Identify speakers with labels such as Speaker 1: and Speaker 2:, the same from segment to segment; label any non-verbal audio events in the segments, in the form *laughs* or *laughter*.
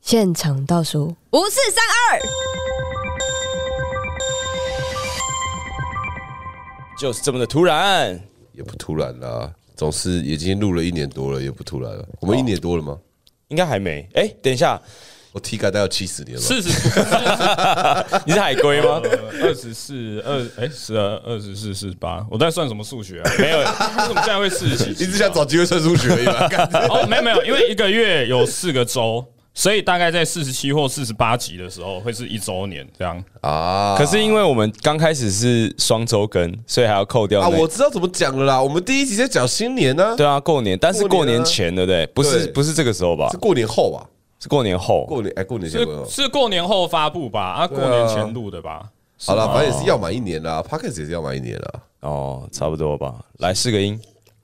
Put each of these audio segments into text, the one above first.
Speaker 1: 现场倒数
Speaker 2: 五四三二，
Speaker 3: 就是这么的突然。
Speaker 4: 也不突然啦，总是已经录了一年多了，也不突然了。我们一年多了吗？
Speaker 3: 应该还没。哎、等一下，
Speaker 4: 我体感大概有七十年了吧。
Speaker 5: 四
Speaker 3: *laughs*
Speaker 5: 十
Speaker 3: 你是海龟
Speaker 4: *laughs*
Speaker 3: 吗？
Speaker 5: 二十四二哎十二二十四四八，我在算什么数学啊？没有，我怎么现在会四 *laughs* 十几？
Speaker 4: 你只想找机会算数学而已 *laughs* 吧？干
Speaker 5: 哦，没有没有，因为一个月有四个周，所以大概在四十七或四十八集的时候会是一周年这样。
Speaker 4: 啊！
Speaker 3: 可是因为我们刚开始是双周更，所以还要扣掉那、
Speaker 4: 啊，我知道怎么讲了啦。我们第一集在讲新年呢、
Speaker 3: 对啊，过年，但是过
Speaker 4: 过年啊
Speaker 3: 年前对不对？不是
Speaker 4: 对
Speaker 3: 不是这个时候吧
Speaker 4: 是？过年后啊吧？
Speaker 3: 是过年后。
Speaker 4: 过年哎，过年前
Speaker 5: 是
Speaker 4: 过年后
Speaker 5: 是过年后发布吧？啊，过年前录的吧？
Speaker 4: 好了，反正也是要满一年啦 p o c k e t 也是要满一年啦。
Speaker 3: 哦，差不多吧。来试个音，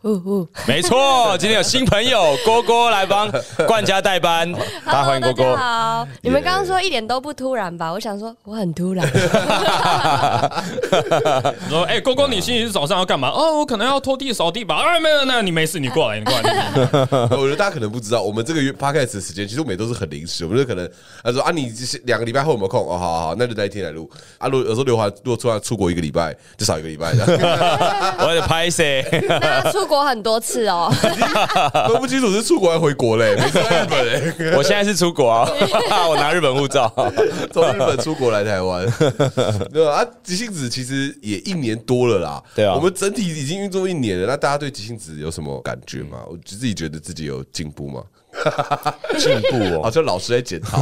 Speaker 1: 呜
Speaker 3: 哦
Speaker 1: 呜，
Speaker 3: 没错。今天有新朋 *laughs* 友郭郭来帮冠家代班，大家欢迎郭郭。
Speaker 1: 好，你们刚刚说一点都不突然吧？我想说我很 *laughs* 突然，
Speaker 5: 你说，哎、郭郭，你星期日早上要干嘛？哦，我可能要拖地、扫地吧。啊，没有，那你没事，你过来，你过来。你过来
Speaker 4: 我觉得大家可能不知道，我们这个月 p o d c a s 的时间其实我们也都是很临时，我们就可能他说啊，你这些两个礼拜后有没有空？哦，好好好，那就那一天来录。啊，如果有时候刘华如果突然出国一个礼拜，就少一个礼拜的，
Speaker 3: *laughs* 我的拍谁？
Speaker 1: 那他出国很多次哦，
Speaker 4: *laughs* 分不清楚是出国还是回国
Speaker 5: *laughs*
Speaker 4: 嘞，每次在日本欸嘞，
Speaker 3: 我现在是出国 *laughs* 啊，我拿日本护照。
Speaker 4: 从日本出国来台
Speaker 5: *laughs*
Speaker 4: 湾，对吧？啊，急性子其实也一年多了啦，
Speaker 3: 对啊
Speaker 4: 我们整体已经运作一年了，那大家对急性子有什么感觉吗？我自己觉得自己有进步
Speaker 5: *laughs*
Speaker 4: 吗？
Speaker 3: 进步
Speaker 4: *laughs* 好
Speaker 3: 哦，
Speaker 4: 像老师在检讨，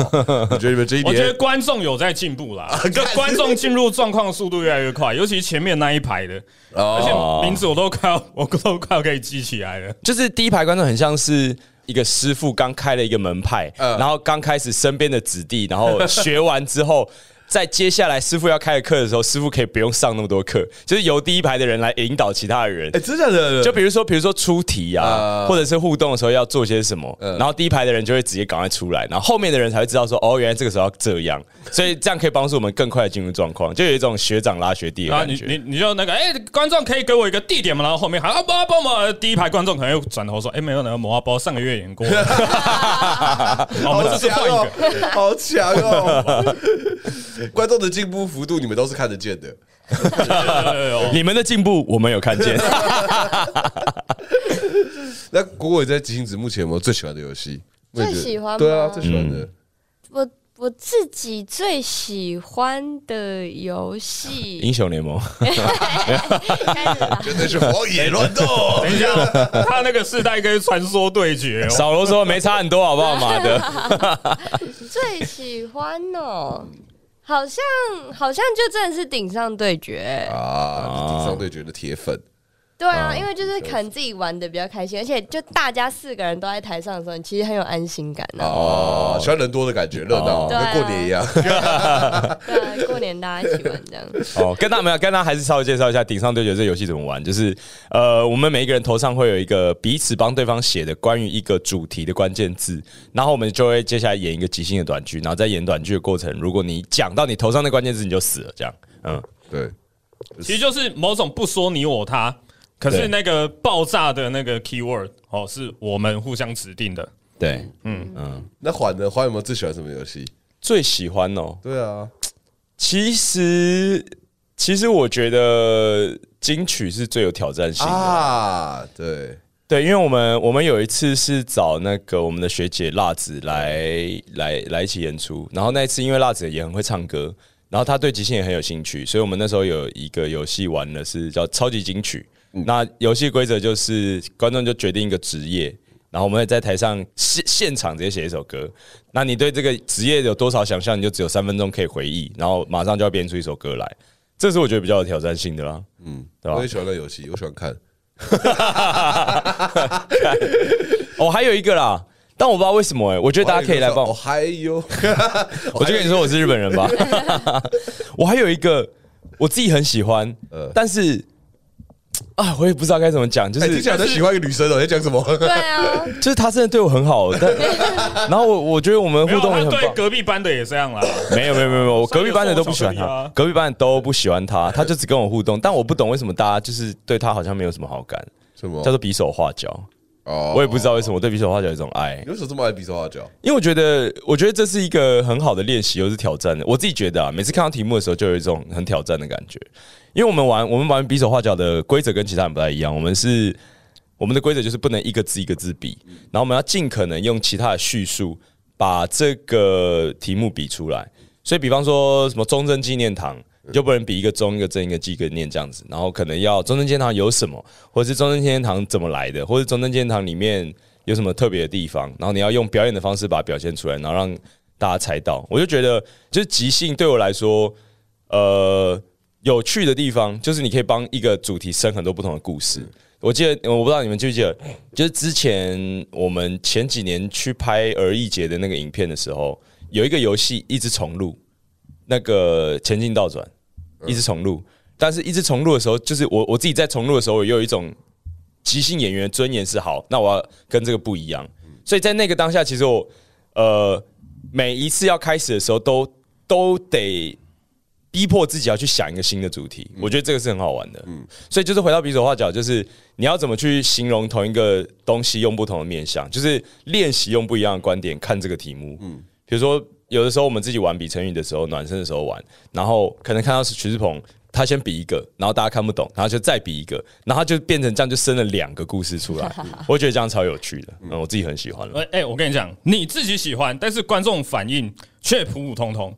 Speaker 4: 我觉得你们这一
Speaker 5: 我觉得
Speaker 4: 年
Speaker 5: 观众有在进
Speaker 3: *laughs*
Speaker 5: 步
Speaker 3: 啊
Speaker 5: 啦，就观众进入状况速度越来越快，尤其前面那一排的，
Speaker 3: 哦
Speaker 5: 而且名字我都快要，我都快要可以记起来了。
Speaker 3: 就是第一排观众很像是。一个师傅刚开了一个门派，然后刚开始身边的子弟，然后学完之后，在接下来师傅要开的课的时候，师傅可以不用上那么多课，就是由第一排的人来引导其他的人
Speaker 4: 哎，。真的假的
Speaker 3: 就比如说，比如说出题啊，或者是互动的时候要做些什么，然后第一排的人就会直接赶快出来，然后后面的人才会知道说，哦，原来这个时候要这样，所以这样可以帮助我们更快地进入状况，就有一种学长拉学弟的
Speaker 5: 然后
Speaker 3: 感
Speaker 5: 你
Speaker 3: 觉
Speaker 5: 你。你就那个，哎、观众可以给我一个地点吗？然后后面喊啊，帮帮忙！第一排观众可能会转头说，哎、没有那个魔法包上个月
Speaker 3: *laughs*
Speaker 5: 演过， *laughs* 好我们这次换一
Speaker 3: 啊
Speaker 5: 个。
Speaker 4: 哦 *laughs* 好强哦！观众的进步幅度你们都是看得见的。
Speaker 3: 你们的进步我们有看见，
Speaker 4: 那果果你在即兴子目前有没有最喜欢的游戏？
Speaker 1: 最喜欢吗
Speaker 4: 对啊，最喜欢的。
Speaker 1: 我我自己最喜欢的游戏 *laughs*
Speaker 3: 英雄联盟。
Speaker 1: 开始吧，
Speaker 4: 绝对是荒野
Speaker 3: *laughs*
Speaker 4: 乱斗，啊
Speaker 5: 等一下，他那个世代跟传说对决、哦，
Speaker 3: 少啰嗦，没差很多，好不好？妈 *laughs* 的，
Speaker 1: 最喜欢哦。好像好像就真的是顶上对决、
Speaker 3: 哎
Speaker 4: 啊！顶上对决的铁粉，
Speaker 1: 对啊，因为就是可能自己玩的比较开心，而且就大家四个人都在台上的时候，你其实很有安心感啊。
Speaker 4: 哦，喜欢人多的感觉，热
Speaker 3: 哦
Speaker 4: 闹，跟过年一样。
Speaker 1: 对啊，过年大家一起玩这样。 *laughs*
Speaker 3: 哦，跟大家没有，跟大家还是稍微介绍一下《顶上对决》这游戏怎么玩。就是呃，我们每一个人头上会有一个彼此帮对方写的关于一个主题的关键字，然后我们就会接下来演一个即兴的短剧，然后在演短剧的过程，如果你讲到你头上的关键字，你就死了，这样。嗯，
Speaker 4: 对，
Speaker 5: 其实就是某种不说你我他，可
Speaker 3: 对
Speaker 5: 是那个爆炸的那个 keyword 哦，是我们互相指定的。
Speaker 3: 对，
Speaker 4: 那缓呢？缓有没有最喜欢什么游戏？
Speaker 3: 嗯最喜欢哦，
Speaker 4: 对啊，
Speaker 3: 其实其实我觉得金曲是最有挑战性的。
Speaker 4: 啊，对，
Speaker 3: 对，因为我们我们有一次是找那个我们的学姐辣子来来来一起演出，然后那一次因为辣子也很会唱歌，然后她对即兴也很有兴趣，所以我们那时候有一个游戏玩的是叫超级金曲。那游戏规则就是观众就决定一个职业，然后我们会在台上现现场直接写一首歌。那你对这个职业有多少想象，你就只有三分钟可以回忆，然后马上就要编出一首歌来。这是我觉得比较有挑战性的啦。嗯，对吧
Speaker 4: 我也？喜欢那游戏，我喜欢看。
Speaker 3: *laughs* 哦，还有一个啦，但我不知道为什么哎、我觉得大家可以来帮
Speaker 4: 我
Speaker 3: 我。*laughs*
Speaker 4: 还有一个说。
Speaker 3: 我就跟你说我哦是日本人吧。 *laughs* 我还有一个我自己很喜欢，
Speaker 4: 呃
Speaker 3: 但是啊，我也不知道该怎么讲，就
Speaker 4: 哎，
Speaker 3: 是、
Speaker 4: 听起来在喜欢一个女生哦，你在讲
Speaker 3: *laughs*
Speaker 4: 什么？
Speaker 1: 对啊，
Speaker 3: 就是他真的对我很好， *laughs* 但然后我我觉得我们
Speaker 5: 没有，
Speaker 3: 互动
Speaker 5: 他
Speaker 3: 也很
Speaker 5: 对
Speaker 3: 棒。
Speaker 5: 隔壁班的也这样啦。
Speaker 3: 没有没有没有没有，我
Speaker 5: 上
Speaker 3: 隔
Speaker 5: 一个
Speaker 3: 壁班的都不喜欢
Speaker 5: 送我
Speaker 3: 他
Speaker 5: 巧克力啊，
Speaker 3: 隔壁班的都不喜欢他，他就只跟我互动，但我不懂为什么大家就是对他好像没有什么好感，
Speaker 4: 什么
Speaker 3: 叫？做比手画脚。
Speaker 4: 哦
Speaker 3: 我也不知道为什么我对比手画脚有一种爱
Speaker 4: 你，为什么这么爱比手画脚？
Speaker 3: 因为我觉得，我觉得这是一个很好的练习，又是挑战的。我自己觉得啊，每次看到题目的时候，就有一种很挑战的感觉。因为我们玩我们玩比手画脚的规则跟其他人不太一样，我们是我们的规则就是不能一个字一个字比，然后我们要尽可能用其他的叙述把这个题目比出来。所以，比方说什么忠贞纪念堂，你就不能比一个忠一个贞一个纪一个念这样子，然后可能要忠贞纪念堂有什么，或者是忠贞纪念堂怎么来的，或者是忠贞纪念堂里面有什么特别的地方，然后你要用表演的方式把它表现出来，然后让大家猜到。我就觉得，就是即兴对我来说，呃，有趣的地方就是你可以帮一个主题生很多不同的故事。我记得，我不知道你们记不记得，就是之前我们前几年去拍儿艺节的那个影片的时候，有一个游戏一直重录，那个前进倒转，一直重录。但是，一直重录的时候，就是我我自己在重录的时候，我又有一种即兴演员的尊严是好，那我要跟这个不一样。所以在那个当下，其实我呃每一次要开始的时候都都得逼迫自己要去想一个新的主题，我觉得这个是很好玩的。嗯，所以就是回到比手画脚，就是你要怎么去形容同一个东西，用不同的面向，就是练习用不一样的观点看这个题目。嗯，比如说有的时候我们自己玩比成语的时候，暖身的时候玩，然后可能看到是徐志鹏。他先比一个，然后大家看不懂，然后就再比一个，然后他就变成这样，就生了两个故事出 *laughs* 来。我觉得这样超有趣的，嗯，我自己很喜欢了。
Speaker 5: 哎、哎，我跟你讲，你自己喜欢，但是观众反应却普普通通，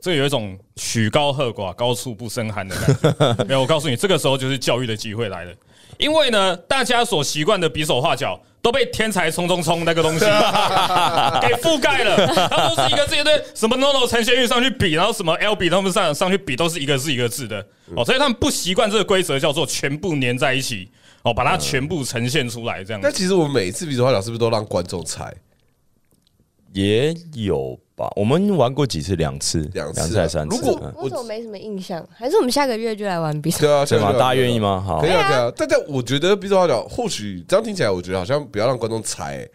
Speaker 5: 这有一种曲高和寡、高处不胜寒的感觉。没有， *laughs* 我告诉你，这个时候就是教育的机会来了，因为呢，大家所习惯的比手画脚。都被天才冲冲冲那个东西 *laughs* 给覆盖了，它都是一个字一对什么 NONO 陈学玉上去比，然后什么 L 比他们上上去比，都是一个字一个字的哦，所以他们不习惯这个规则，叫做全部粘在一起哦，把它全部呈现出来这样子
Speaker 4: 但。其实我们每次比手画脚是不是都让观众猜？
Speaker 3: 也有吧，我们玩过几次，两次，
Speaker 4: 两次啊
Speaker 3: 次还是三次？
Speaker 4: 如果
Speaker 3: 嗯
Speaker 1: 我怎么没什么印象？还是我们下个月就来玩比赛？
Speaker 4: 对啊，
Speaker 3: 对
Speaker 4: 对啊
Speaker 3: 吗？
Speaker 4: 对啊
Speaker 3: 大家愿意吗？好
Speaker 4: 可以，啊，可以啊。但但我觉得比手画脚，或许这样听起来，我觉得好像不要让观众猜、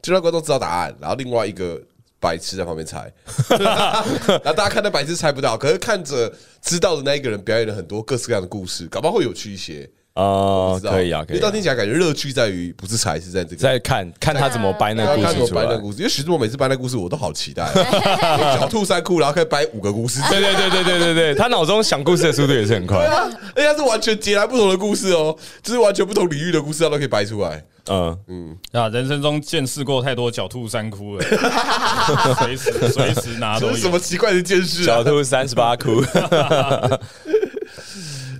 Speaker 4: 就让观众知道答案，然后另外一个白痴在旁边猜， *laughs* 然后大家看到白痴猜不到，可是看着知道的那一个人表演了很多各式各样的故事，搞不好会有趣一些。
Speaker 3: 啊，
Speaker 4: 知道
Speaker 3: 可以啊，
Speaker 4: 因
Speaker 3: 可
Speaker 4: 为
Speaker 3: 以啊
Speaker 4: 这样。听起来感觉乐趣在于不是猜，是在这个。
Speaker 3: 再看看他怎么掰那
Speaker 4: 大
Speaker 3: 个
Speaker 4: 家
Speaker 3: 故
Speaker 4: 看我
Speaker 3: 事出
Speaker 4: 掰
Speaker 3: 来
Speaker 4: 那。个故事，因为徐志摩每次掰那故事，我都好期待 *laughs* 哦，狡兔三窟，然后可以掰五个故事， *laughs*
Speaker 3: 对对对对对对对，他脑中想故事的速度也是很快。
Speaker 4: 而且它是哎完全截然不同的故事哦，就是完全不同领域的故事，他都可以掰出来。
Speaker 3: 嗯，
Speaker 5: 啊，人生中见识过太多狡兔三窟了，随时随时拿都
Speaker 4: 这
Speaker 5: 有。
Speaker 4: 是什么奇怪的件事
Speaker 3: 啊
Speaker 4: 啊
Speaker 3: 小？兔三十八
Speaker 4: *laughs*
Speaker 3: 哭，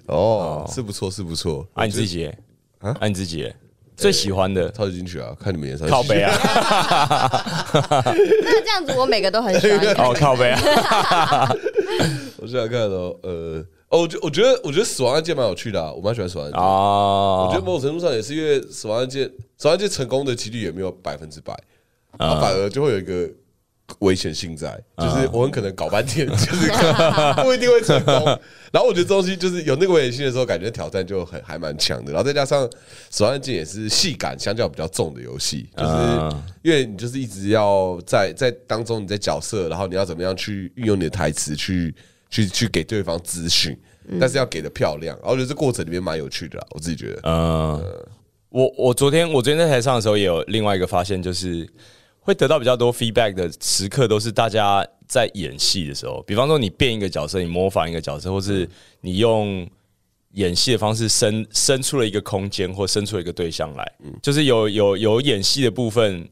Speaker 4: 哦，是不错，是不错。
Speaker 3: 按啊你自己耶，
Speaker 4: 啊
Speaker 3: 按你自己耶，最喜欢的
Speaker 4: 超级金曲啊，看你们演唱。
Speaker 3: 靠背啊，
Speaker 1: 那这样子我每个都很喜欢看。
Speaker 3: 哦靠背啊，
Speaker 4: 我想想看哦，呃，哦，我觉我觉得我觉得死亡案件蛮有趣的啊，我蛮喜欢死亡案件。我觉得
Speaker 3: 哦，
Speaker 4: 某种程度上也是因为死亡案件，死亡案件成功的几率也没有百分之百，它反而就会有一个危险性在，就是我很可能搞半天， *laughs* 就是 *laughs* 不一定会成功。然后我觉得这东西就是有那个危险性的时候，感觉挑战就很还蛮强的。然后再加上死亡案件也是戏感相较比较重的游戏，就是
Speaker 3: 嗯
Speaker 4: 因为你就是一直要在在当中你在角色，然后你要怎么样去运用你的台词去去去给对方资讯。但是要给的漂亮，然后我觉得这过程里面蛮有趣的啦，我自己觉得。
Speaker 3: 嗯，我我昨天我昨天在台上的时候也有另外一个发现，就是会得到比较多 feedback 的时刻，都是大家在演戏的时候，比方说你变一个角色，你模仿一个角色，或是你用演戏的方式生生出了一个空间，或生出了一个对象来，就是有有有演戏的部分。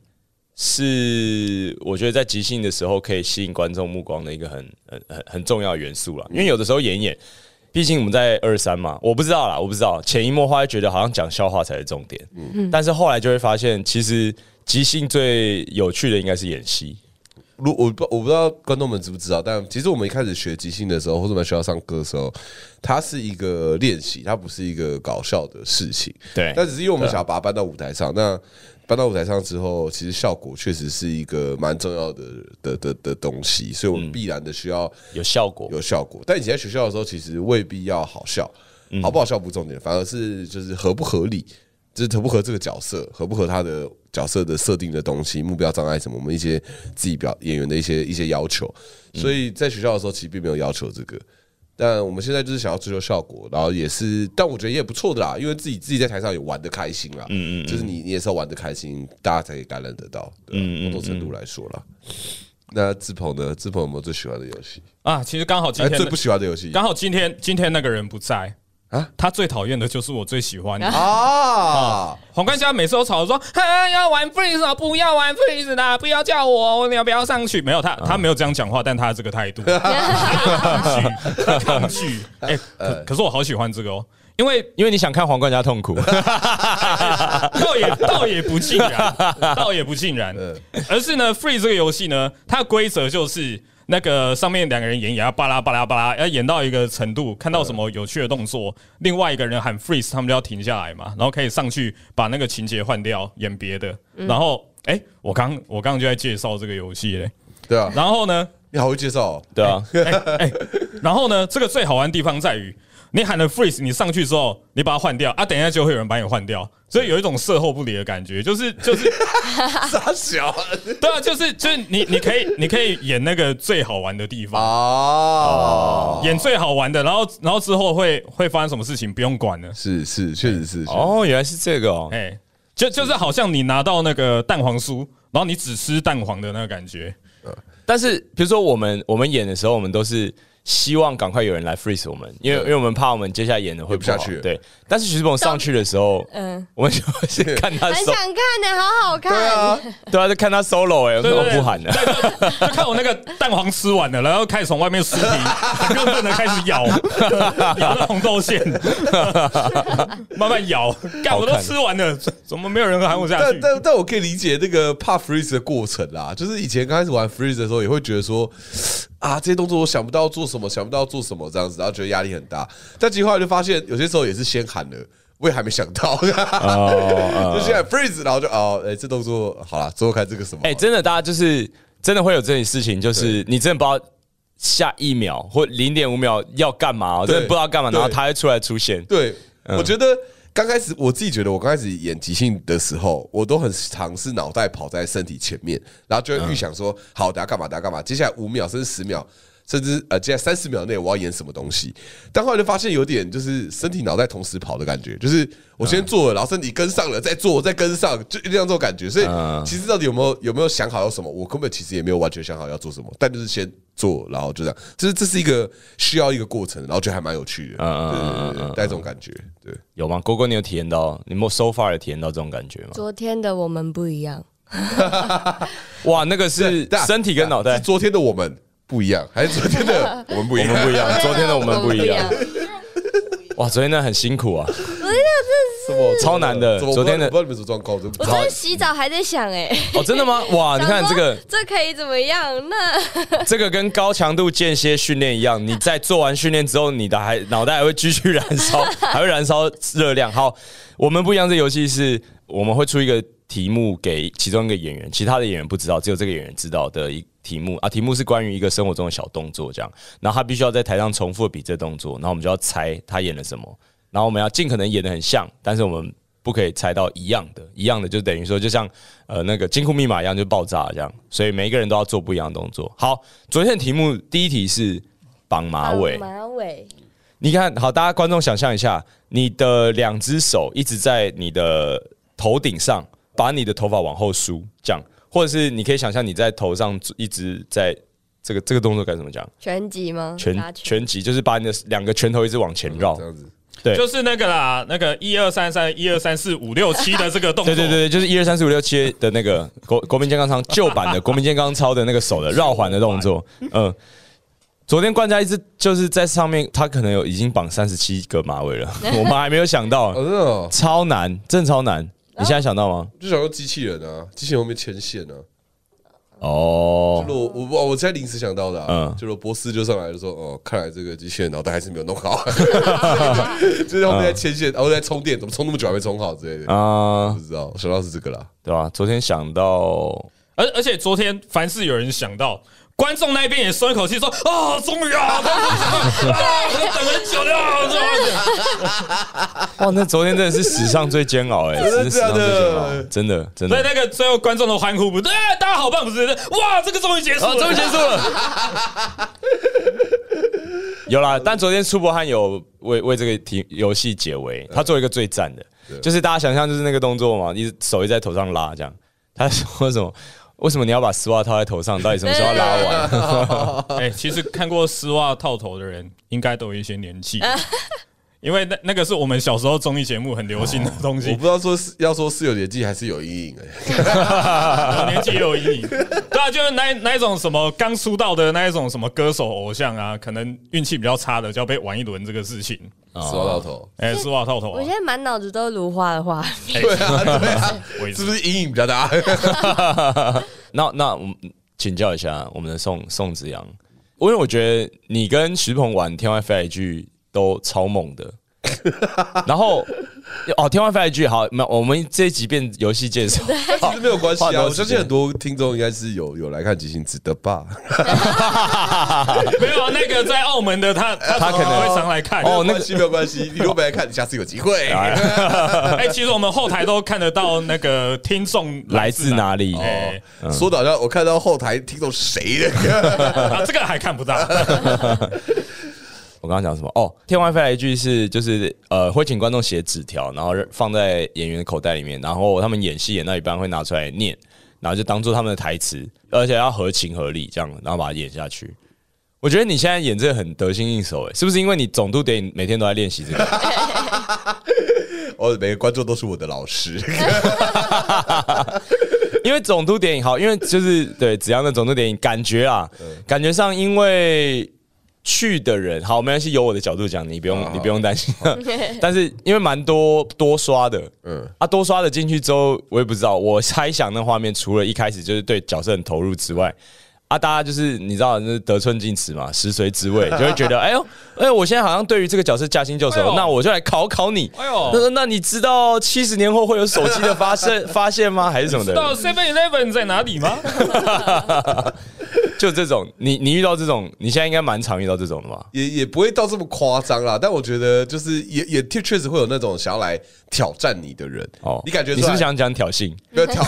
Speaker 3: 是我觉得在即兴的时候可以吸引观众目光的一个很很很很重要的元素啦，因为有的时候演一演，毕竟我们在二三嘛，我不知道啦，我不知道，潜移默化就觉得好像讲笑话才是重点，
Speaker 4: 嗯
Speaker 3: 但是后来就会发现，其实即兴最有趣的应该是演戏，
Speaker 4: 如我不我不知道观众们知不知道，但其实我们一开始学即兴的时候，或者我们学校上课的时候，它是一个练习，它不是一个搞笑的事情。
Speaker 5: 哎
Speaker 3: 对
Speaker 4: 但只是因为我们想要把它搬到舞台上，那搬到舞台上之后，其实效果确实是一个蛮重要的的的的东西，所以我们必然的需要
Speaker 3: 有效果，
Speaker 4: 有效果。但以前在学校的时候，其实未必要好笑，好不好笑不重点，反而是就是合不合理，就是合不合这个角色，合不合他的角色的设定的东西、目标障碍什么，我们一些嗯自己表演员的一些一些要求。所以在学校的时候，其实并没有要求这个。但我们现在就是想要追求效果，然后也是，但我觉得也不错的啦，因为自己自己在台上也玩的开心啦，嗯嗯，就是你你也是要玩的开心，大家才可以感染得到，嗯，某种程度来说啦。那志鹏呢？志鹏有没有最喜欢的游戏？
Speaker 5: 啊，其实刚好今
Speaker 4: 哎，
Speaker 5: 天
Speaker 4: 最不喜欢的游戏
Speaker 5: 刚好今天今天那个人不在
Speaker 4: 啊
Speaker 5: 啊，他最讨厌的就是我最喜欢的。
Speaker 4: 啊？
Speaker 5: 黄冠佳每次都吵着说：“啊，要玩 freeze 啊，不要玩 freeze 啦，不要叫我，我你要不要上去？”没有
Speaker 4: 啊
Speaker 5: 他，他没有这样讲话，但他这个
Speaker 4: *laughs*
Speaker 5: 态度，他抗拒，他抗拒。哎，可可是我好喜欢这个哦，因为
Speaker 3: 因为你想看皇冠加痛
Speaker 4: *laughs*
Speaker 3: 苦，
Speaker 5: 倒也倒也不尽然，倒也不尽然，而是呢，Free 这个游戏呢，它的规则就是那个上面两个人演也要巴拉巴拉巴拉，要演到一个程度，看到什么有趣的动作，另外一个人喊 Freeze，他们就要停下来嘛，然后可以上去把那个情节换掉，演别的。然后，哎、我刚我刚刚就在介绍这个游戏嘞，
Speaker 4: 对啊，
Speaker 5: 然后呢，
Speaker 4: 你好会介绍哦，
Speaker 3: 对
Speaker 4: *laughs*
Speaker 3: 啊，
Speaker 5: 然后呢，这个最好玩的地方在于，你喊了 freeze，你上去之后，你把它换掉啊，等一下就会有人把你换掉，所以有一种事后不理的感觉，就是就是
Speaker 4: 傻小
Speaker 5: *laughs* 对啊，就是就是你你可以你可以演那个最好玩的地
Speaker 3: 哦
Speaker 5: 方，
Speaker 4: 啊，
Speaker 5: 哦演最好玩的，然后然后之后会会发生什么事情不用管了，
Speaker 4: 是是，确实是，哦，
Speaker 3: 哦，原来是这个哦，
Speaker 5: 哎，就就是好像你拿到那个蛋黄酥，然后你只吃蛋黄的那个感觉，
Speaker 3: 但是比如说我们我们演的时候，我们都是希望赶快有人来 freeze 我们，因为因为我们怕我们接下来演的会
Speaker 4: 演不
Speaker 3: 好
Speaker 4: 下去
Speaker 3: 对，但是徐志鹏上去的时候，
Speaker 1: 嗯，
Speaker 3: 我们
Speaker 4: *laughs*
Speaker 3: 就是看他
Speaker 1: 很
Speaker 3: solo，
Speaker 1: 想看的、好好看。
Speaker 4: 对啊，
Speaker 3: 对啊，就看他 solo 哎、我
Speaker 5: 对
Speaker 3: 我
Speaker 5: 对对
Speaker 3: 不喊了。
Speaker 5: 就看我那个蛋黄吃完了，然后开始从外面撕皮，很认真的开始咬 *laughs* 咬那红豆馅，慢慢咬，干我都吃完了，怎么没有人喊我下
Speaker 4: 但
Speaker 5: 去？
Speaker 4: 但但我可以理解那个怕 freeze 的过程啦，就是以前刚开始玩 freeze 的时候，也会觉得说啊，这些动作我想不到做什么，想不到做什么这样子，然后觉得压力很大。但其实后来就发现，有些时候也是先喊了。我也还没想到，
Speaker 5: 哦
Speaker 4: *laughs*
Speaker 5: 呃
Speaker 4: 就现在 freeze，然后就哦，哎、这动作好了，最后看这个什么，
Speaker 3: 哎、真的，大家就是真的会有这种事情，就是你真的不知道下一秒或零点五秒要干嘛，真的不知道干嘛，
Speaker 4: 对
Speaker 3: 然后他会出来出现。
Speaker 4: 对，我觉得刚开始我自己觉得，我刚开始演即兴的时候，我都很尝试脑袋跑在身体前面，然后就会预想说，好，等下干嘛，等下干嘛，接下来五秒甚至十秒。甚至呃，接下来三十秒内我要演什么东西，但后来就发现有点就是身体脑袋同时跑的感觉，就是我先做了，然后身体跟上了，再做，再跟上，就这样这种感觉。所以
Speaker 3: 嗯
Speaker 4: 其实到底有没有有没有想好要什么，我根本其实也没有完全想好要做什么，但就是先做，然后就这样，就是这是一个需要一个过程，然后觉得还蛮有趣的，
Speaker 3: 嗯
Speaker 4: 对对对对，带这种感觉，对。
Speaker 3: 有吗？郭郭，你有体验到？你们 so far 有体验到这种感觉吗？
Speaker 1: 昨天的我们不一样，
Speaker 3: 哇，那个是
Speaker 4: 对啊
Speaker 3: 身体跟脑
Speaker 4: 是
Speaker 3: 袋，
Speaker 4: 昨天的我们不一样，还是昨天的我们不一
Speaker 3: 我
Speaker 4: 样？
Speaker 3: 们不一样。昨天啊的我们不一样
Speaker 1: 我。们
Speaker 3: 哇，昨天那很辛苦啊，
Speaker 4: 什么
Speaker 3: 超难的
Speaker 4: 怎么
Speaker 3: 昨天的
Speaker 4: 我不知道你们什么状况，真
Speaker 1: 我
Speaker 4: 的
Speaker 1: 真的洗澡还在想哎、
Speaker 3: 哦，真的吗？哇，你看
Speaker 1: 想说
Speaker 3: 这个，
Speaker 1: *laughs* 这可以怎么样？那
Speaker 3: 这个跟高强度间歇训练一样，你在做完训练之后，你的还脑袋还会继续燃烧，还会燃烧热量。好，我们不一样，这游戏是我们会出一个题目给其中一个演员，其他的演员不知道，只有这个演员知道的一题目啊。题目是关于一个生活中的小动作，这样，然后他必须要在台上重复地比这动作，然后我们就要猜他演了什么，然后我们要尽可能演的很像，但是我们。不可以猜到一样的，一样的就等于说，就像呃那个金库密码一样，就爆炸这样。所以每一个人都要做不一样的动作。好，昨天的题目第一题是绑马尾，
Speaker 1: 马尾，
Speaker 3: 你看好，大家观众想象一下，你的两只手一直在你的头顶上，把你的头发往后梳，这样，或者是你可以想象你在头上一直在这个这个动作该怎么讲？
Speaker 1: 拳击吗？打
Speaker 3: 拳拳击就是把你的两个拳头一直往前绕
Speaker 4: 这，样子，
Speaker 3: 对
Speaker 5: 就是那个啦，那个一二三三一二三四五六七的这个动作，
Speaker 3: *laughs* 对对对，对，就是一二三四五六七的那个国国民健康操旧版的国民健康操的那个手的绕环的动
Speaker 4: *laughs*
Speaker 3: 作，嗯。昨天冠家一直就是在上面，他可能有已经绑三十七个马尾
Speaker 4: *laughs*
Speaker 3: 了，我们还没有想到
Speaker 4: 哦，，真的哦，
Speaker 3: 超难，真的超难。你现在想到吗？
Speaker 4: 就想用机器人啊，机器人后面牵线啊。
Speaker 3: 哦，
Speaker 4: 我我我我现在临时想到的，啊，
Speaker 3: 嗯
Speaker 4: 就是波斯就上来就说，哦，看来这个机器人脑袋还是没有
Speaker 3: *laughs*
Speaker 4: 弄好， *laughs* 就是后
Speaker 3: 嗯
Speaker 4: 面在牵线，然后在充电，怎么充那么久还没充好之类的，
Speaker 3: 啊
Speaker 4: 不，知道，我想到是这个啦。
Speaker 3: 对吧？昨天想到
Speaker 5: 而而且昨天凡是有人想到。观众那边也松一口气，说：“啊，终于
Speaker 4: *laughs*
Speaker 5: 啊，终于啊，等很久了。终于啊
Speaker 3: 哇，那昨天真的是史上最煎熬哎、
Speaker 4: *laughs* 真的
Speaker 3: 是史上最煎
Speaker 4: 假的
Speaker 3: 熬，真的真”
Speaker 5: 所以
Speaker 3: 的。
Speaker 5: 那个最后观众都欢呼不对，哎大家好
Speaker 4: 哦
Speaker 5: 棒，不是？哇，这个终于结束了，
Speaker 3: 啊，终于结束了！ *laughs* 有啦，但昨天苏博汉有为为这个题游戏解围，他做一个最赞的，就是大家想象就是那个动作嘛，一直手一直在头上拉这样。他说什么？为什么你要把丝袜套在头上？到底什么时候要拉
Speaker 4: *laughs*
Speaker 3: 完？
Speaker 5: 哎，其实看过丝袜套头的人，应该都有一些
Speaker 4: *laughs*
Speaker 5: 年纪，因为那那个是我们小时候综艺节目很流行的东
Speaker 4: 我
Speaker 5: 西
Speaker 4: 不，知道说是要说是有年纪还是有阴影哎、
Speaker 5: 我年纪也有阴
Speaker 4: *laughs*
Speaker 5: 影。对啊，就是那那一种什么刚出道的那一种什么歌手偶像啊，可能运气比较差的就要被玩一轮这个事情。
Speaker 3: 哦
Speaker 4: 欸，说到头，
Speaker 5: 哎，丝袜套头
Speaker 1: 我
Speaker 5: 啊
Speaker 1: 现，在满脑子都是如花的画面，
Speaker 4: 对 *laughs* 啊，对啊，
Speaker 5: 我也
Speaker 4: 是
Speaker 5: 是
Speaker 4: 不是阴影比较大？ *laughs*
Speaker 3: 那那我们请教一下我们的宋宋子阳，因为我觉得你跟徐鹏玩《天外飞来一句》都超猛的，然后哦，《天外飞来一句》好，没有，我们这一集变游戏介绍，
Speaker 4: 其实没有关系
Speaker 3: 花多
Speaker 4: 啊，
Speaker 3: 少
Speaker 4: 我
Speaker 3: 时
Speaker 4: 相
Speaker 3: 间
Speaker 4: 信很多听众应该是有有来看即兴子的吧？
Speaker 5: 没有啊那个在澳门的他，他
Speaker 3: 他可能
Speaker 5: 会常来看。
Speaker 3: 哦
Speaker 4: 哦，
Speaker 3: 那
Speaker 4: 那
Speaker 3: 个
Speaker 4: 个 *laughs* 没有关系，你如果没来看，你下次有机会。
Speaker 5: 哎，其实我们后台都看得到那个听众
Speaker 3: 来自哪哦里？
Speaker 5: 哎，
Speaker 3: 嗯
Speaker 4: 说的好像我看到后台听众是谁的， *laughs*
Speaker 5: 啊，这个还看不到。
Speaker 3: 我刚刚讲什么？哦，天外飞来一句是就是呃，会请观众写纸条，然后放在演员的口袋里面，然后他们演戏演到一半会拿出来念，然后就当做他们的台词，而且要合情合理这样，然后把它演下去。我觉得你现在演这个很得心应手，哎，是不是因为你总督得每天都在练习这个？
Speaker 4: 我哦每个观众都是我的老
Speaker 3: *laughs*
Speaker 4: 师。
Speaker 3: 因为总督电影好，因为就是对子阳的总督电影，感觉啊，感觉上因为去的人好，没关系，由我的角度讲，你不用你不用担心。 *laughs* 但是因为蛮多多刷的，嗯啊，多刷的进去之后，我也不知道，我猜想那画面除了一开始就是对角色很投入之外。啊，大家就是你知道，就是得寸进尺
Speaker 5: *laughs*
Speaker 3: 嘛，食髓知味，就会觉得，哎呦，哎呦，我现在好像对于这个角色驾轻就熟，
Speaker 5: 哎呦
Speaker 3: 那我就来考考你。
Speaker 5: 哎呦
Speaker 3: 那那你知道七十年后会有手机的发
Speaker 5: *laughs*
Speaker 3: 生发现吗？还是什么的？
Speaker 5: 知道 Seven Eleven 在哪里吗？
Speaker 3: *laughs* 就这种，你你遇到这种，你现在应该蛮常遇到这种的吧？
Speaker 4: 也也不会到这么夸张啦，但我觉得就是也也确确实会有那种想要来挑战你的人，
Speaker 3: 哦，
Speaker 4: 你感觉
Speaker 3: 你
Speaker 4: 出
Speaker 3: 是
Speaker 4: 来
Speaker 3: 不是想讲挑衅？
Speaker 4: 没有挑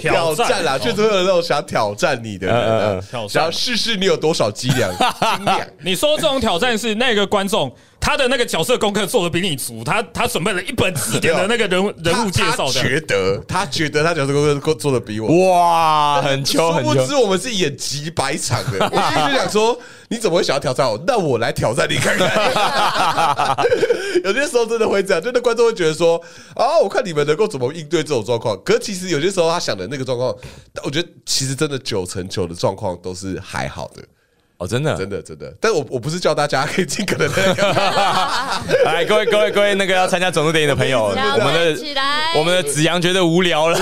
Speaker 4: 挑战啊啦，
Speaker 5: 哦
Speaker 4: 确实会有那种想挑战你的人
Speaker 3: 嗯嗯嗯
Speaker 4: 啊
Speaker 5: 挑，战
Speaker 4: 想要试试你有多少斤
Speaker 3: *laughs*
Speaker 4: 两斤两。
Speaker 5: 你说这种挑战是那个观众他的那个角色功课做的比你足，他他准备了一本字典的那个人物人物介
Speaker 4: *laughs*
Speaker 5: 绍
Speaker 4: 他
Speaker 5: 的。
Speaker 4: 觉得他觉得他角色工作做的比我
Speaker 3: 哇，很秋
Speaker 4: 殊
Speaker 3: 很
Speaker 4: 不
Speaker 3: 秋
Speaker 4: 知，我们是演几百场的，
Speaker 5: *laughs*
Speaker 4: 我心里就想说，你怎么会想要挑战我？那我来挑战你看
Speaker 5: *laughs*
Speaker 4: 看。有些时候真的会这样，真的观众会觉得说，啊，我看你们能够怎么应对这种状况。可是其实有些时候他想的那个状况，我觉得其实真的九成九的状况都是还好的，
Speaker 3: 哦，真的
Speaker 4: 真。的真的。但我我不是叫大家可以尽可能
Speaker 5: *laughs*
Speaker 4: 的，
Speaker 3: 来，哎各位各位各位，那个要参加总督电影的朋友，我
Speaker 4: *laughs*
Speaker 1: 要站
Speaker 3: 们的
Speaker 1: 起来，
Speaker 3: 我们的子阳觉得无聊了，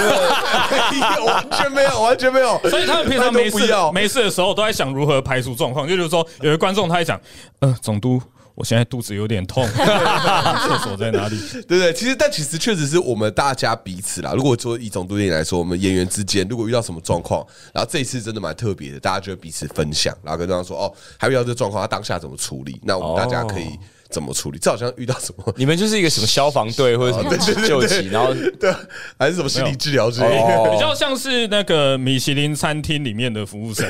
Speaker 4: 没有完全没有，完全没有。
Speaker 5: 所以他们平常没
Speaker 4: 都
Speaker 5: 事
Speaker 4: 不要
Speaker 5: 没事的时候，都在想如何排除状况。就比如说，有的观众他在想，呃，总督，我现在肚子有点痛， *laughs* 厕所在哪里？
Speaker 4: 对对，其实但其实确实是我们大家彼此啦。如果说以总督电影来说，我们演员之间如果遇到什么状况，然后这一次真的蛮特别的，大家就会彼此分享，然后跟对方说哦，还遇到这个状况，他当下怎么处理？那我们大家可以怎么处理？这好像遇到什么
Speaker 3: 你们就是一个什么消防队或者什么救急，然后
Speaker 4: 对，还是什么心理治疗之类的？
Speaker 3: 哦
Speaker 5: 比较像是那个米其林餐厅里面的服务生，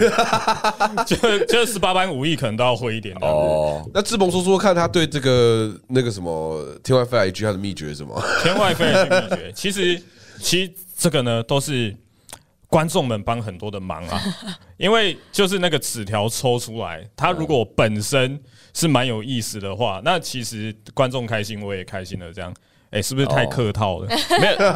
Speaker 5: 就就十八般武艺可能都要会一点的。
Speaker 3: 哦，
Speaker 4: 那志鹏说说看，他对这个那个什么天外飞来一句，他的秘诀是什么？
Speaker 5: 天外飞来的秘诀，其实其实这个呢都是观众们帮很多的忙啊，因为就是那个纸条抽出来，它如果本身是蛮有意思的话，那其实观众开心我也开心了，这样。哎、是不是太客套了？
Speaker 3: 没有，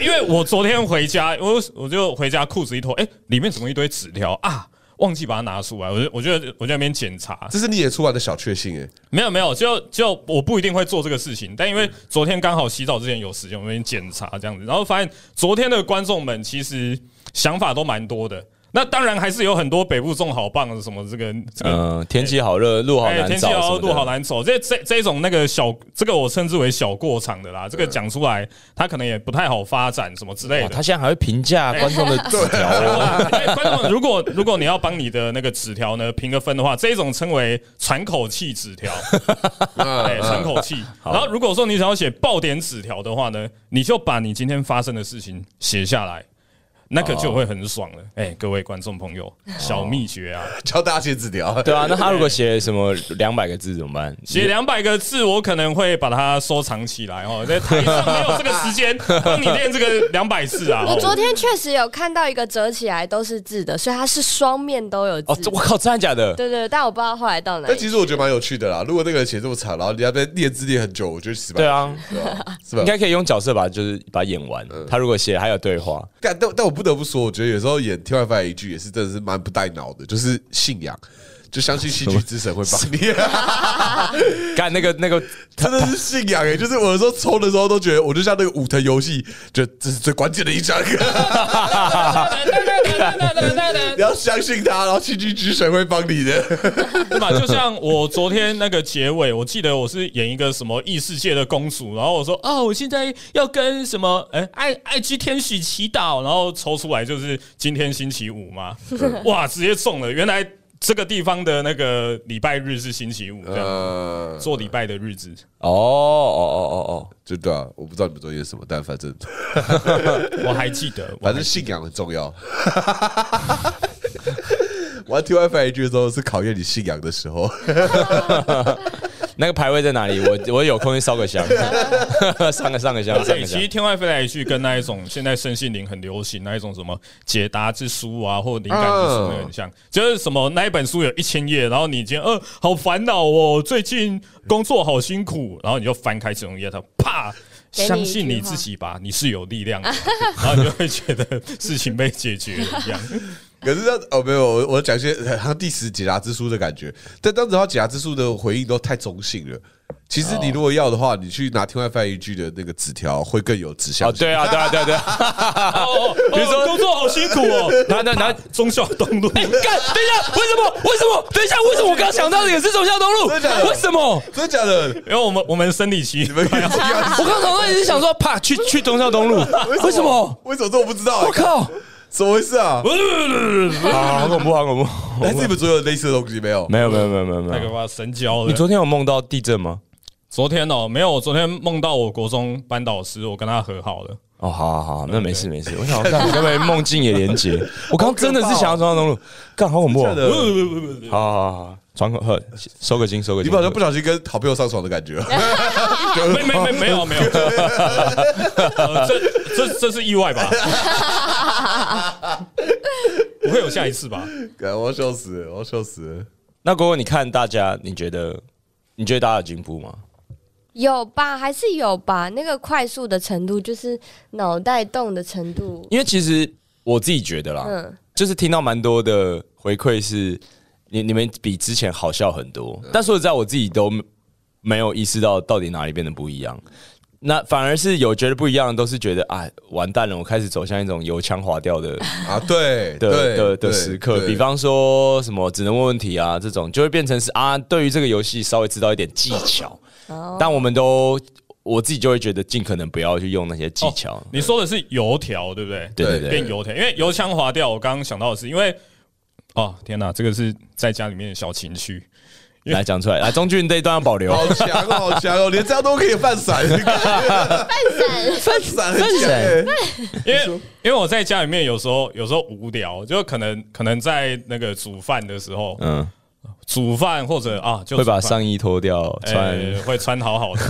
Speaker 5: 因为我昨天回家，我我就回家裤子一脱，哎、里面怎么一堆纸条啊？忘记把它拿出来，我就我就我就在那边检查，
Speaker 4: 这是你演出完的小确幸哎，
Speaker 5: 没有没有，就就我不一定会做这个事情，但因为昨天刚好洗澡之前有时间，我们检查这样子，然后发现昨天的观众们其实想法都蛮多的。那当然还是有很多北部种好棒的什么这个这个。
Speaker 3: 嗯，天气好热，路好
Speaker 5: 哎，
Speaker 3: 难
Speaker 5: 天气
Speaker 3: 找，
Speaker 5: 好，
Speaker 3: 什
Speaker 5: 路好
Speaker 3: 么的。
Speaker 5: 难走，这这这种那个小，这个我称之为小过场的啦。这个讲出来，他可能也不太好发展什么之类
Speaker 3: 哇
Speaker 5: 的。
Speaker 3: 他现在还会评价观众的纸条哦，
Speaker 5: 哎观众，如果如果你要帮你的那个纸条呢评个分的话，这一种称为喘口气纸条，哎，喘口气。然后如果说你想要写爆点纸条的话呢，你就把你今天发生的事情写下来。那个就会很爽了。哎、各位观众朋友，小秘诀啊，
Speaker 4: 教大家写字条，
Speaker 3: 对啊，那他如果写什么两百个字怎么办？
Speaker 5: 写两百个字，我可能会把它收藏起来哦，在台上没有这个时间帮你练这个两百字啊。
Speaker 1: 我昨 *laughs* 天确实有看到一个折起来都是字的，所以它是双面都有字。
Speaker 3: 哦，这我靠，真的假的？
Speaker 1: 对对对，但我不知道后来到哪
Speaker 4: 但
Speaker 1: 里。
Speaker 4: 其实我觉得蛮有趣的啦。如果那个人写这么长，然后人家在练字练很久，我觉得失败。
Speaker 3: 对，啊，
Speaker 4: 是吧
Speaker 3: 应？该可以用角色把它就是把它演完。他如果写还有对话，
Speaker 4: 但但但我不得不说，我觉得有时候演天外飞来一句也是真的是蛮不带脑的，就是信仰，就相信戏剧之神会帮你，
Speaker 3: 干那个那个
Speaker 4: *laughs* 真的是信仰哎、欸！就是我有时候抽的时候都觉得，我就像那个五藤游戏，觉得这是最关键的一
Speaker 5: *laughs*
Speaker 4: 张，你要相信他，然后戏剧之神会帮你
Speaker 5: *laughs*
Speaker 4: 的。
Speaker 5: 对吧？就像我昨天那个结尾，我记得我是演一个什么异世界的公主，然后我说啊，我现在要跟什么哎、爱爱之天使祈祷，然后抽出来就是今天星期五嘛，哇，直接中了！原来这个地方的那个礼拜日是星期五，这样、
Speaker 4: 呃，
Speaker 5: 做礼拜的日子。
Speaker 3: 哦哦哦
Speaker 4: 就对啊，我不知道你们做些什么，但反正
Speaker 5: 我还记得，
Speaker 4: 反正信仰很重
Speaker 5: *laughs*
Speaker 4: 要。 *laughs* 玩 T Y 翻一句的时候是考验你信仰的时候，
Speaker 3: 哦，那个排位在哪里？我我有空去烧个香， *laughs* 上个上个香，
Speaker 5: 而
Speaker 3: 上
Speaker 5: 且
Speaker 3: 个
Speaker 5: 其
Speaker 3: 香
Speaker 5: 实。天外飞来一句跟那一种现在身心灵很流行那一种什么解答之书啊，或灵感之
Speaker 3: 嗯
Speaker 5: 书那很像，就是什么那一本书有一千页，然后你今天呃好烦恼哦，最近工作好辛苦，然后你就翻开其中一页，它啪。
Speaker 1: 给你
Speaker 5: 相
Speaker 1: 一
Speaker 5: 信
Speaker 1: 句
Speaker 5: 你
Speaker 1: 话
Speaker 5: 自己吧，你是有力量的，然后你就会觉得事情被解决
Speaker 3: *laughs*
Speaker 5: 了一样。
Speaker 4: 可是这样哦，没有，我我讲一些他第十解答之书的感觉，但当时他解答之书的回应都太中性了。其实你如果要的话，你去拿天外翻一句的那个纸条会更有指向
Speaker 3: 哦，
Speaker 4: 性。
Speaker 3: 对啊，对啊，对啊，对啊。
Speaker 5: 哦，比
Speaker 3: 比如说
Speaker 5: 工作好辛苦
Speaker 3: *laughs*
Speaker 5: 哦，
Speaker 3: 然后，然后，然后，
Speaker 5: 忠孝东
Speaker 3: *laughs*
Speaker 5: 路，
Speaker 3: 干，等一下，为什么？为什么？等一下，为什么我刚刚想到的也是走向东路？
Speaker 4: 真的假的
Speaker 3: 为什么？
Speaker 4: 真的假的？
Speaker 5: 因为我们我们生理期
Speaker 3: *laughs*
Speaker 4: 你
Speaker 3: 啊
Speaker 4: 们可以这样
Speaker 3: 我刚刚脑袋也是想说，啪，去去中孝 *laughs* 东路，为什么？
Speaker 4: 为什么这我不知道、
Speaker 3: 我靠！
Speaker 4: 怎么回事啊？
Speaker 3: 啊，好恐怖，好恐怖！
Speaker 4: 但是你们总有类似的东西没有？
Speaker 3: 没有，没有，没有，没有，没
Speaker 5: 那个
Speaker 3: 有。
Speaker 5: 吧，神交了
Speaker 3: 你。昨天有梦到地震吗？
Speaker 5: 昨天哦，没有，我昨天梦到我国中班导师，我跟他和好了。
Speaker 3: 哦，好好好，那没事没事。我想看你会不会梦境也连
Speaker 4: *laughs*
Speaker 3: 结？我刚刚真的是想要中孝东路，干，好恐怖！
Speaker 4: 真的
Speaker 3: 哦！
Speaker 5: 不不不不不，
Speaker 3: 好好好好，喘口喝，收个筋，收个
Speaker 4: 你
Speaker 3: 筋。
Speaker 4: 们好像不小心跟好朋友上床的感觉。
Speaker 5: 没没没没有没有，呃这这这是意外吧？不会有下一次吧？
Speaker 4: 干我要笑死了，我要笑死了。
Speaker 3: 那果果，你看大家，你觉得你觉得大家有进步吗？
Speaker 1: 有吧，还是有吧。那个快速的程度，就是脑袋动的程度。
Speaker 3: 因为其实我自己觉得啦，
Speaker 1: 嗯，
Speaker 3: 就是听到蛮多的回馈是，你你们比之前好笑很多，但说实在，我自己都没有意识到到底哪里变得不一样。那反而是有觉得不一样的，都是觉得啊，完蛋了，我开始走向一种油腔滑调的
Speaker 4: 啊，对
Speaker 3: 的
Speaker 4: 对
Speaker 3: 的
Speaker 4: 对
Speaker 3: 的时刻，
Speaker 4: 对
Speaker 3: 比方说什么只能问问题啊，这种就会变成是啊，对于这个游戏稍微知道一点技巧，但我们都我自己就会觉得尽可能不要去用那些技巧
Speaker 5: 哦。你说的是油条对不对？
Speaker 3: 对对
Speaker 4: 对
Speaker 5: 变
Speaker 3: 对，
Speaker 5: 油条，因为油腔滑调。我刚刚想到的是，因为哦天哪，这个是在家里面的小情绪。
Speaker 3: 来讲出来，来中俊这一段要保留。
Speaker 4: 好强哦，好强哦，连这样都可以 *laughs* 犯闪，犯闪，犯闪，
Speaker 3: 闪
Speaker 5: 因为因为我在家里面有时候有时候无聊，就可能可能在那个煮饭的时候，
Speaker 3: 嗯，
Speaker 5: 煮饭或者啊就
Speaker 3: 会把
Speaker 5: 煮饭
Speaker 3: 上衣脱掉穿。
Speaker 5: 呃会穿好好的，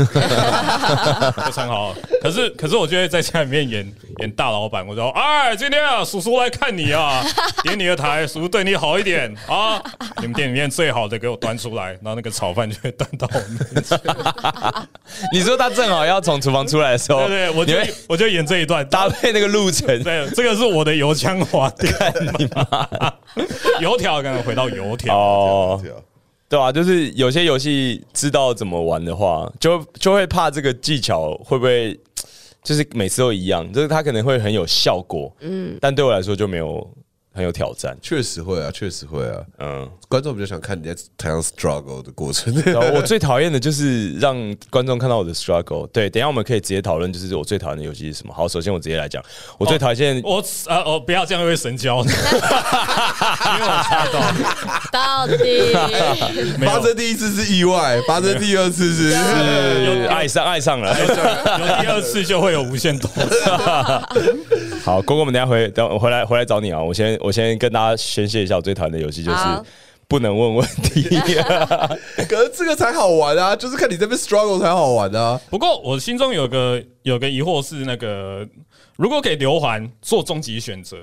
Speaker 5: 会穿好好的。可是可是，我就会在家里面演演大老板，我说：“哎，今天啊，叔叔来看你啊，点你的台，叔叔对你好一点啊，你们店里面最好的给我端出来。”然后那个炒饭就会端到我面前。
Speaker 3: 你说他正好要从厨房出来的时候，
Speaker 5: 对对，我就
Speaker 3: 你会
Speaker 5: 我就演这一段。
Speaker 3: 搭配那个路程，
Speaker 5: *laughs* 对，这个是我的油腔滑调，
Speaker 3: 你妈
Speaker 5: 油条刚刚回到油条。
Speaker 3: 哦，对啊，就是有些游戏知道怎么玩的话，就就会怕这个技巧会不会就是每次都一样，就是它可能会很有效果，嗯，但对我来说就没有很有挑战，
Speaker 4: 确实会啊，确实会啊。
Speaker 3: 嗯，
Speaker 4: 观众比较想看你在台上 struggle 的
Speaker 3: *laughs*
Speaker 4: 过程。
Speaker 3: 然后我最讨厌的就是让观众看到我的 struggle。对，等一下我们可以直接讨论，就是我最讨厌的游戏是什么。好，首先我直接来讲，我最讨厌
Speaker 5: 我呃哦，不要这样会神交，因为我插到
Speaker 1: 到底
Speaker 5: 没
Speaker 4: 发
Speaker 5: 有
Speaker 4: 生第一次是
Speaker 3: *laughs*
Speaker 4: 意外，发生第二次是
Speaker 3: 是爱上爱上了。
Speaker 5: 有第二次就会有无限多。
Speaker 3: 好，公公，我们等一下回等我回来回来找你啊！我先我先跟大家宣泄一下，我最讨厌的游戏就是
Speaker 1: 好
Speaker 3: 不能问问题。
Speaker 4: *laughs*
Speaker 3: *laughs*
Speaker 4: 可是这个才好玩啊，就是看你这边 struggle 才好玩啊。
Speaker 5: 不过我心中有个有个疑惑是，那个如果给刘环做终极选择，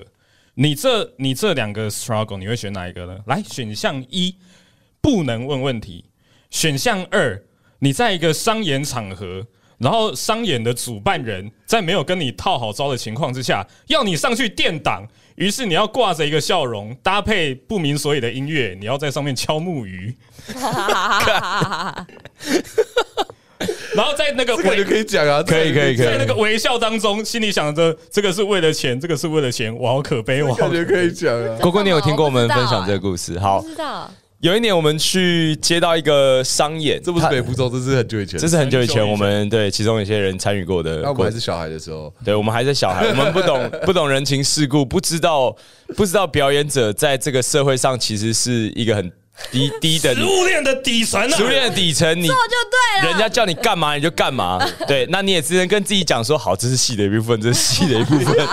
Speaker 5: 你这你这两个 struggle 你会选哪一个呢？来，选项一不能问问题，选项二你在一个商演场合。然后商演的主办人在没有跟你套好招的情况之下，要你上去垫档，于是你要挂着一个笑容，搭配不明所以的音乐，你要在上面敲
Speaker 4: *laughs*
Speaker 5: 木鱼，然后在那个
Speaker 4: 这个
Speaker 5: 尾
Speaker 4: 就可以讲啊，
Speaker 3: 可以可以可以
Speaker 5: 在那个微笑当中，心里想着这个是为了钱，这个是为了钱，我好可悲，我好
Speaker 4: 感
Speaker 5: 可
Speaker 4: 觉可以讲啊。
Speaker 3: 公公，你有听过我们
Speaker 1: 我不知
Speaker 3: 分
Speaker 1: 道
Speaker 3: 享这
Speaker 1: 哎
Speaker 3: 个故事？好
Speaker 1: *laughs* 不，知道，
Speaker 3: 有一年我们去接到一个商演，
Speaker 4: 这不是
Speaker 3: 他
Speaker 4: 北部洲，这是很久以前
Speaker 3: 这。是很久以前
Speaker 5: 很久以前
Speaker 3: 我们对其中一些人参与过的
Speaker 4: 那我们
Speaker 3: 过
Speaker 4: 还是小孩的时候，
Speaker 3: 对，我们还是小
Speaker 4: *laughs*
Speaker 3: 孩，我们不懂不懂人情世故，不知道不知道表演者在这个社会上其实是一个很低低等
Speaker 5: 食物链的底层啊，
Speaker 3: 熟练的底层，你
Speaker 1: 做就对了。
Speaker 3: 人家叫你干嘛你就
Speaker 1: *laughs*
Speaker 3: 干嘛，对，那你也只能跟自己讲说，好，这是戏的一部分，这是戏的一部分，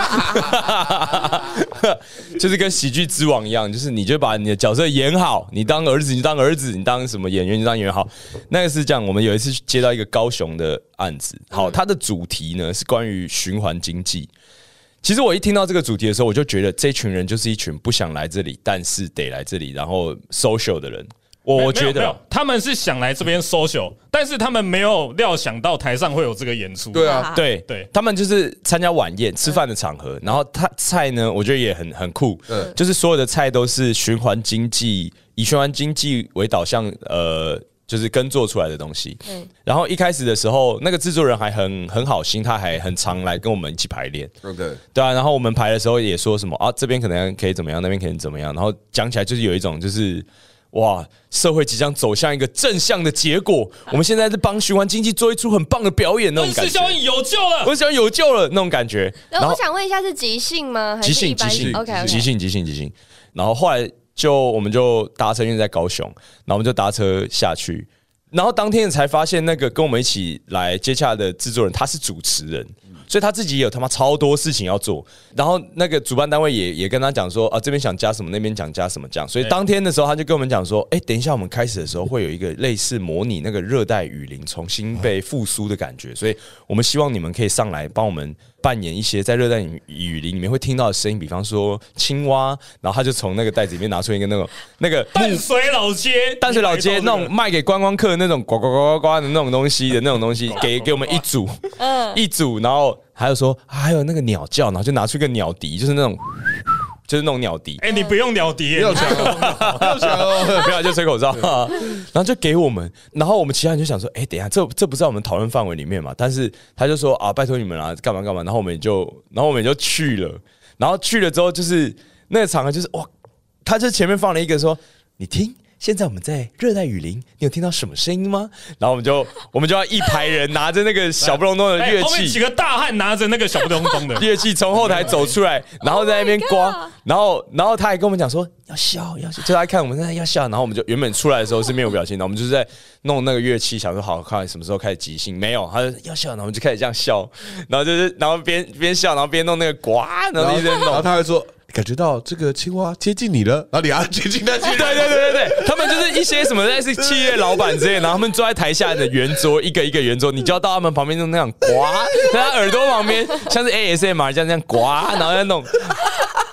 Speaker 3: *laughs* 就是跟喜剧之王一样，就是你就把你的角色演好，你当儿子你就当儿子，你当什么演员你就当演员好。那个是这样，我们有一次接到一个高雄的案子，好，
Speaker 1: 嗯
Speaker 3: 它的主题呢是关于循环经济。其实我一听到这个主题的时候，我就觉得这群人就是一群不想来这里，但是得来这里，然后 social 的人。我
Speaker 5: 没有
Speaker 3: 我觉
Speaker 5: 没有没
Speaker 3: 得
Speaker 5: 有他们是想来这边 social，但是他们没有料想到台上会有这个演出。
Speaker 4: 对啊，
Speaker 3: 对
Speaker 5: 对
Speaker 3: 他们就是参加晚宴吃饭的场合，然后他菜呢，我觉得也很很酷，
Speaker 4: 嗯
Speaker 3: 就是所有的菜都是循环经济，以循环经济为导向，呃，就是耕作出来的东西。
Speaker 1: 嗯
Speaker 3: 然后一开始的时候，那个制作人还很很好心，他还很常来跟我们一起排练，
Speaker 4: 嗯对，
Speaker 3: 对啊。然后我们排的时候也说什么啊，这边可能可以怎么样，那边可以怎么样，然后讲起来就是有一种就是。哇，社会即将走向一个正向的结果。我们现在是帮循环经济做一出很棒的表演，那
Speaker 5: 温
Speaker 3: 种感
Speaker 5: 室
Speaker 3: 觉。
Speaker 5: 效应有救了。
Speaker 3: *laughs* 我想有救了那种感觉。
Speaker 1: 然
Speaker 3: 然
Speaker 1: 后哎
Speaker 3: 后
Speaker 1: 我想问一下，是即兴吗？还
Speaker 3: 即
Speaker 1: 是
Speaker 3: 兴
Speaker 1: 一
Speaker 3: 即
Speaker 1: 般
Speaker 3: 兴
Speaker 1: OK
Speaker 3: 即
Speaker 1: OK，
Speaker 3: 兴即兴即兴，然后后来就我们就搭车，因为在高雄，然后我们就搭车下去。然后当天才发现，那个跟我们一起来接洽的制作人，他是主持人，所以他自己也有他妈超多事情要做。然后那个主办单位也也跟他讲说，啊这边想加什么，那边想加什么这样。所以当天的时候，他就跟我们讲说，哎、等一下我们开始的时候会有一个类似模拟那个热带雨林重新被复苏的感觉，所以我们希望你们可以上来帮我们扮演一些在热带雨雨林里面会听到的声音，比方说青蛙。然后他就从那个袋子里面拿出一个那种那个
Speaker 5: 淡水老街，
Speaker 3: 淡水老街那种卖给观光客的那种呱呱呱呱呱的那种东西的那种东西，给给我们一组
Speaker 1: 嗯，
Speaker 3: 一组，然后还有说啊还有那个鸟叫，然后就拿出一个鸟笛，就是那种就是那种鸟笛，
Speaker 5: 哎、你不用鸟哎笛、
Speaker 4: 你有强
Speaker 3: *laughs*
Speaker 4: 哦，你有强哦。
Speaker 3: 没有就吹口哨， *laughs* 然后就给我们，然后我们其他人就想说，哎、等一下，这这不在我们讨论范围里面嘛？但是他就说啊，拜托你们啦，干嘛干嘛，然后我们也就，然后我们也就去了，然后去了之后就是那个场啊合就是哇，他就前面放了一个说，你听。现在我们在热带雨林，你有听到什么声音吗？然后我们就我们就要一排人拿着那个小不隆咚的
Speaker 5: 哎
Speaker 3: 乐
Speaker 5: 后面
Speaker 3: 器，
Speaker 5: 几，个大汉拿着那个小不隆咚的
Speaker 3: *laughs* 乐器从后台走出来，然后在那边
Speaker 1: Oh my
Speaker 3: 刮
Speaker 1: God，
Speaker 3: 然后然后他还跟我们讲说要笑要笑，就他看我们在那要笑，然后我们就原本出来的时候是面无表情的，我们就是在弄那个乐器，想说好看什么时候开始即兴，没有，他就要笑，然后我们就开始这样笑，然后就是然后边边笑，然后边弄那个刮，然
Speaker 4: 然
Speaker 3: 后
Speaker 4: 后
Speaker 3: 一直在
Speaker 4: 然后
Speaker 3: 弄。
Speaker 4: 他会说，哎感觉到这个青蛙接近你了，然后你要接近它，
Speaker 3: *laughs*
Speaker 4: *laughs*
Speaker 3: 对对对对对，他们就是一些什么类似企业老板之类，然后他们坐在台下的圆桌，一个一个圆桌，你就要到他们旁边弄那样刮，在他耳朵旁边像是 ASMR 这样这样刮，然后再弄，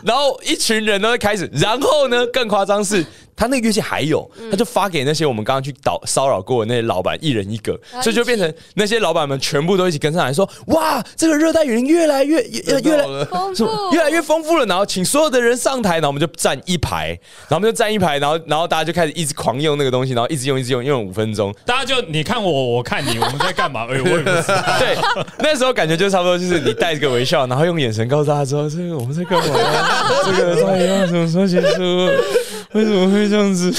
Speaker 3: 然后一群人都会开始，然后呢，更夸张是。他那个乐器还有，他就发给那些我们刚刚去导骚扰过的那些老板，一人一个，
Speaker 1: 然后
Speaker 3: 所以就
Speaker 1: 一起
Speaker 3: 变成那些老板们全部都一起跟上来说：“哇，这个热带雨林越来越越越来
Speaker 1: 丰
Speaker 3: 是
Speaker 1: 富，
Speaker 3: 越来越丰富了。然后请所有的人上台，然后我们就站一排，然后我们就站一排，然后然后大家就开始一直狂用那个东西，然后一直用一直用，用了五分钟。
Speaker 5: 大家就你看我，我看你，我们在干嘛？哎、我也不知道。
Speaker 3: 对，那时候感觉就差不多，就是你带一个微笑，然后用眼神告诉他说：“这个我们在干嘛？这个到底要什么时候结束？为什么会这样子？”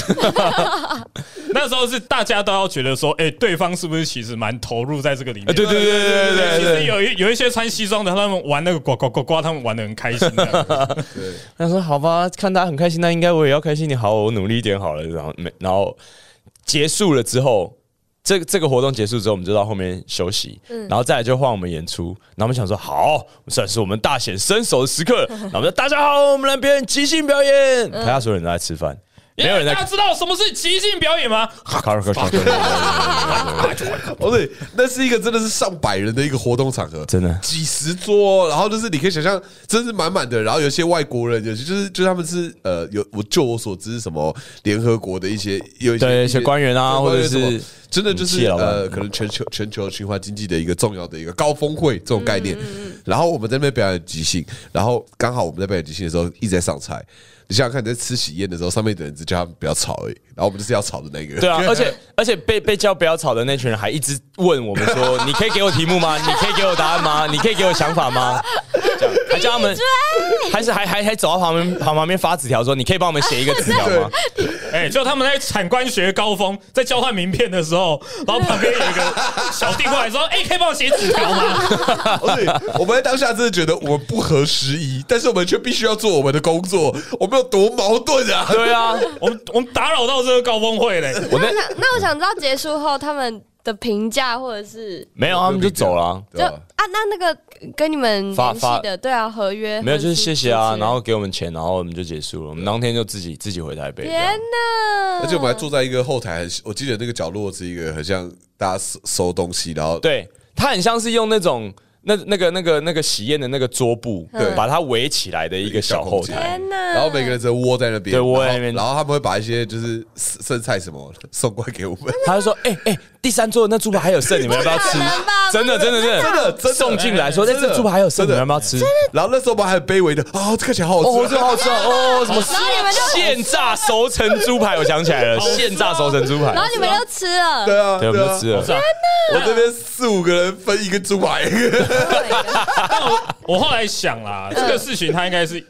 Speaker 3: *laughs*
Speaker 5: 那时候是大家都要觉得说，哎、对方是不是其实蛮投入在这个里面？
Speaker 3: 啊，对对对对对
Speaker 5: 其
Speaker 3: 对
Speaker 5: 实
Speaker 3: 对。
Speaker 5: 有一有一些穿西装的，他们玩那个呱呱呱呱，他们玩的很开心的。
Speaker 4: 对，
Speaker 3: 他说：“好吧，看他很开心，那应该我也要开心。你好，我努力一点好了。”然后没，然后结束了之后，这个这个活动结束之后，我们就到后面休息，然后再来就换我们演出。然后我们想说，好，算是我们大显身手的时刻。然后我们说，大家好，我们来表演即兴表演。台下所有人都在吃饭， *laughs* 没有人在
Speaker 5: 大家知道什么是即兴表演吗？
Speaker 4: 哦对，那是一个真的是上百人的一个活动场合，
Speaker 3: *laughs* 真的
Speaker 4: 几十桌，然后就是你可以想象，真是满满的。然后有些外国人，有些就是就是他们是呃，有我就我所知是什么联合国的一些有一些
Speaker 3: 对一些官员啊
Speaker 4: 对
Speaker 3: 或者是
Speaker 4: 官员什么真的就
Speaker 3: 企
Speaker 4: 是
Speaker 3: 业老板
Speaker 4: 呃，可能全球全球循环经济的一个重要的一个高峰会这种概念。
Speaker 3: 嗯
Speaker 4: 然后我们在那边表演即兴，然后刚好我们在表演即兴的时候一直在上菜。你想想看，你在吃喜宴的时候，上面的人只叫他们不要吵而已，然后我们就是要吵的那个人。 *laughs*
Speaker 3: 对啊，而且而且被被叫不要吵的那群人还一直问我们说：“你可以给我题目吗？ *laughs* 你可以给我答案吗？你可以给我想法吗？”这样还叫他们，还是还还还走到旁边旁旁边发纸条说：“你可以帮我们写一个字条吗
Speaker 5: 哎、就他们在产官学高峰在交换名片的
Speaker 3: *laughs*
Speaker 5: 时候，然后旁边有一个小弟过来说：“哎、可以帮我写纸条吗
Speaker 4: 哦对，我们在当下真的觉得我们不合时宜，但是我们却必须要做我们的工作，我们有多矛盾？”啊！
Speaker 3: 对
Speaker 4: *laughs*
Speaker 3: 啊，？”
Speaker 5: 我们我们打扰到这个高峰会嘞、
Speaker 3: 我那
Speaker 1: 那想那我想知道结束后他们的评价，或者是
Speaker 3: 没有，他们就走了啊。
Speaker 1: 就
Speaker 4: 对
Speaker 2: 嗯
Speaker 4: 吧？
Speaker 1: 啊，那那个跟你们
Speaker 3: 发
Speaker 1: 联系
Speaker 3: 发
Speaker 1: 的对啊合约
Speaker 3: 没有，就是
Speaker 1: 或者
Speaker 3: 谢谢啊，
Speaker 1: 主持人
Speaker 3: 然后给我们钱，然后我们就结束了。我们当天就自己自己回台北。这样
Speaker 1: 天哪，
Speaker 4: 而且我们还坐在一个后台，很我记得那个角落是一个很像大家收收东西，然后
Speaker 3: 对，它很像是用那种那那个那个那个喜宴的那个桌布，
Speaker 1: 对
Speaker 3: 把它围起来的一个小后
Speaker 4: 一个小空
Speaker 3: 台
Speaker 4: 间。
Speaker 1: 嗯天哪，
Speaker 4: 然后每个人只能窝在那边，
Speaker 3: 对窝在
Speaker 4: 然后
Speaker 3: 那边
Speaker 4: 然后他们会把一些就是剩菜什么送过来给我们， *laughs*
Speaker 3: 他就说：“哎、哎、第三桌的那猪排还有剩，你们要不要吃
Speaker 1: 不可能吧？
Speaker 3: 真的，真的，真的，
Speaker 4: 真的真的
Speaker 3: 送进来说，哎，
Speaker 4: 真的
Speaker 3: 这猪排还有剩，你
Speaker 4: 真的
Speaker 3: 们要不要吃？
Speaker 4: 然后那时候我们还很卑微的啊，这看起来好
Speaker 3: 哦，
Speaker 4: 好吃
Speaker 3: 这个
Speaker 4: 啊，
Speaker 3: 好吃哦，哦，什么
Speaker 1: 然后你们就
Speaker 3: 现炸熟成猪排？我想起来了，现炸熟成猪排
Speaker 1: 然。后你们就吃了，
Speaker 4: 对啊，
Speaker 3: 对，我们
Speaker 4: 啊
Speaker 3: 就吃了。
Speaker 4: 我这边四五个人分一个猪排，
Speaker 5: 我后来想啦，这个事情它应该是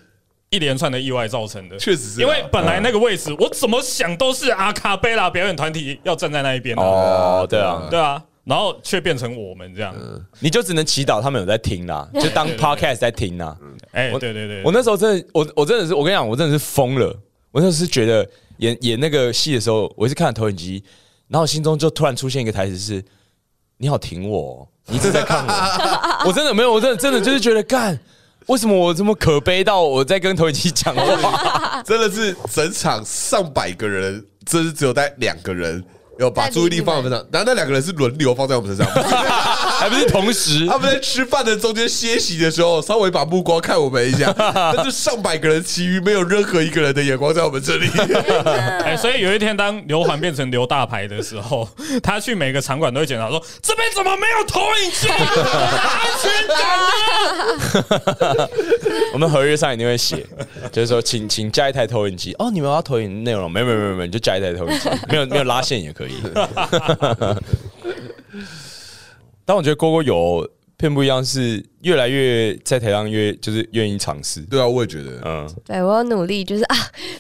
Speaker 5: 一连串的意外造成的，
Speaker 4: 确实是啊
Speaker 5: 因为本来那个位置我怎么想都是阿卡贝拉表演团体要站在那一边的、
Speaker 3: 哦，对啊，
Speaker 5: 对啊，然后却变成我们这样，
Speaker 4: 嗯
Speaker 3: 你就只能祈祷他们有在听啦，就当 podcast 在听啦。
Speaker 5: 哎、
Speaker 3: 我
Speaker 5: 对对对，
Speaker 3: 我那时候真的，我我真的是，我跟你讲，我真的是疯了。我那时候是觉得演演那个戏的时候，我一直看投影机，然后我心中就突然出现一个台词是：“你好挺我、哦，你一直在看我。”我真的没有，我真的真的就是觉得干。为什么我这么可悲到我在跟投影机讲话？ *laughs*
Speaker 4: 真的是整场上百个人，真是只有带两个人有把注意力放在我们身上，然后那两个人是轮流放在我们身上。
Speaker 3: 还不是同时
Speaker 4: 他？们在吃饭的中间歇息的时候，稍微把目光看我们一下，但是上百个人，其余没有任何一个人的眼光在我们这里。
Speaker 5: 哎、所以有一天，当刘环变成刘大牌的时候， *laughs* 他去每个场馆都会检查说：“这边怎么没有投影机？安全感呢
Speaker 3: 我们合约上一定会
Speaker 5: *laughs*
Speaker 3: 写，就是说请请加一台投影机。哦，你们要投影内容？没有没有没有没有，你就加一台投影
Speaker 5: *laughs*
Speaker 3: 机，没有没有拉线也可以。 *laughs* 但我觉得郭郭有片不一样，是越来越在台上越就是愿意尝试。
Speaker 4: 对啊，我也觉得，
Speaker 3: 嗯，
Speaker 1: 对我有努力，就是啊，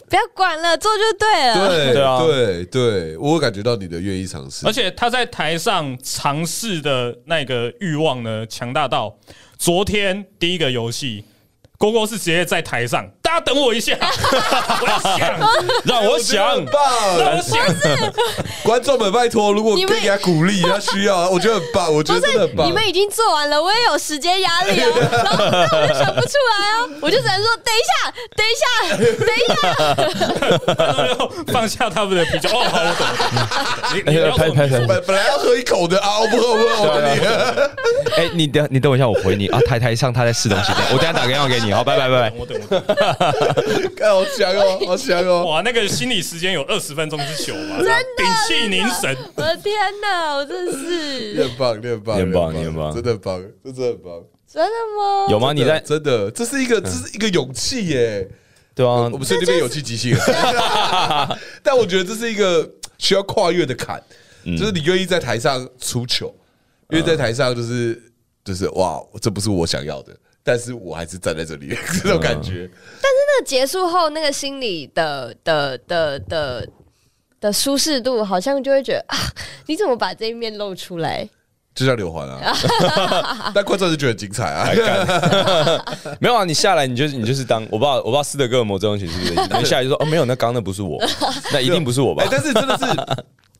Speaker 1: 不要管了，做就对了。
Speaker 4: 对
Speaker 3: 对啊
Speaker 4: 对对，我有感觉到你的愿意尝试
Speaker 5: 而，且他在台上尝试的那个欲望呢，强大到昨天第一个游戏，郭郭是直接在台上，大家等我一下，我要想，
Speaker 3: 让我想
Speaker 4: 很，棒，
Speaker 5: 让我想，
Speaker 4: 观众们拜托，如果可
Speaker 1: 你
Speaker 4: 以
Speaker 1: 们
Speaker 4: 给他鼓励，他需要，我觉得很棒，我觉
Speaker 1: 不
Speaker 4: 得真
Speaker 1: 是
Speaker 4: 的很棒
Speaker 1: 你。们已经做完了，我也有时间压力哦，然后那我就想不出来哦，我就只能说等一下，等一下，等一下，
Speaker 5: 然后就放下他们的啤酒。哦，好，我懂了，你你要
Speaker 3: 哎拍拍拍。
Speaker 4: 本本来要喝一口的啊，我不喝，我不喝，我等你。
Speaker 2: 哎、你等你等我一下，我回你啊。台台上他在试东西，等我等下打个电话给你，好，拜拜拜拜。
Speaker 5: 我懂，我懂。
Speaker 4: 看好香哦，好香哦！
Speaker 5: 哇，那个心理时间有二十分钟之久嘛，屏气凝神。
Speaker 1: 我的天哪，我真的是
Speaker 4: 你很棒，你很棒，
Speaker 3: 你很棒
Speaker 4: 你很
Speaker 3: 你很棒
Speaker 4: 真的很棒，这真的很棒。
Speaker 1: 真的吗？
Speaker 3: 有吗？你在
Speaker 4: 真的，这是一个，这是一个勇气耶。
Speaker 3: 对啊
Speaker 4: 我，们瞬间变有气即
Speaker 3: 嗯
Speaker 4: 兴了， *laughs* 但我觉得这是一个需要跨越的坎，
Speaker 3: 嗯
Speaker 4: 就是你愿意在台上出糗，因为在台上就是就是哇，这不是我想要的，但是我还是站在这里 *laughs* 这种感觉。
Speaker 3: 嗯
Speaker 1: 那结束后那个心理的的的的的舒适度，好像就会觉得啊，你怎么把这一面露出来？
Speaker 4: 就像刘环啊， *laughs* 但观众就觉得很精彩啊
Speaker 3: 哎。干没有啊，你下来你就是你就是当我不知道我不知道
Speaker 2: *laughs*
Speaker 3: 斯德哥尔摩这种情是不是？你下来就说哦没有，那刚刚那不是我，那一定不是我吧
Speaker 4: 哎，？但是真的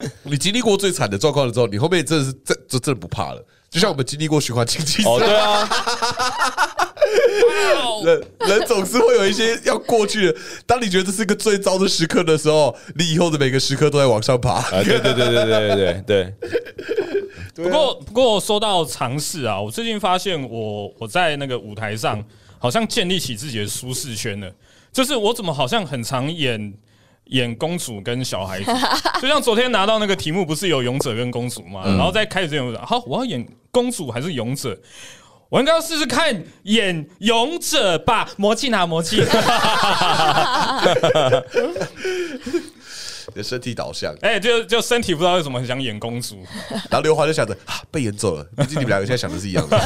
Speaker 4: 是 *laughs* 你经历过最惨的状况了之后，你后面真的是真真真的不怕了。就像我们经历过循环经济，
Speaker 3: 哦，对啊，
Speaker 4: 人人总是会有一些要过去的。当你觉得这是一个最糟的时刻的时候，你以后的每个时刻都在往上爬。
Speaker 3: 啊，对对对对对对
Speaker 2: *laughs*
Speaker 3: 对对，
Speaker 4: 啊
Speaker 5: 不过不过说到尝试啊，我最近发现我我在那个舞台上好像建立起自己的舒适圈了，就是我怎么好像很常演。演公主跟小孩子，就像昨天拿到那个题目，不是有勇者跟公主嘛？然后在开始之前，我说好，我要演公主还是勇者？我应该要试试看演勇者吧，魔镜拿魔镜。
Speaker 4: 你的身体导向，
Speaker 5: 哎、就就身体不知道为什么很想演公主，
Speaker 4: 然后刘华就想着 *laughs* 啊，被演走了。毕竟你们两个现在想的是一样 *laughs* 的。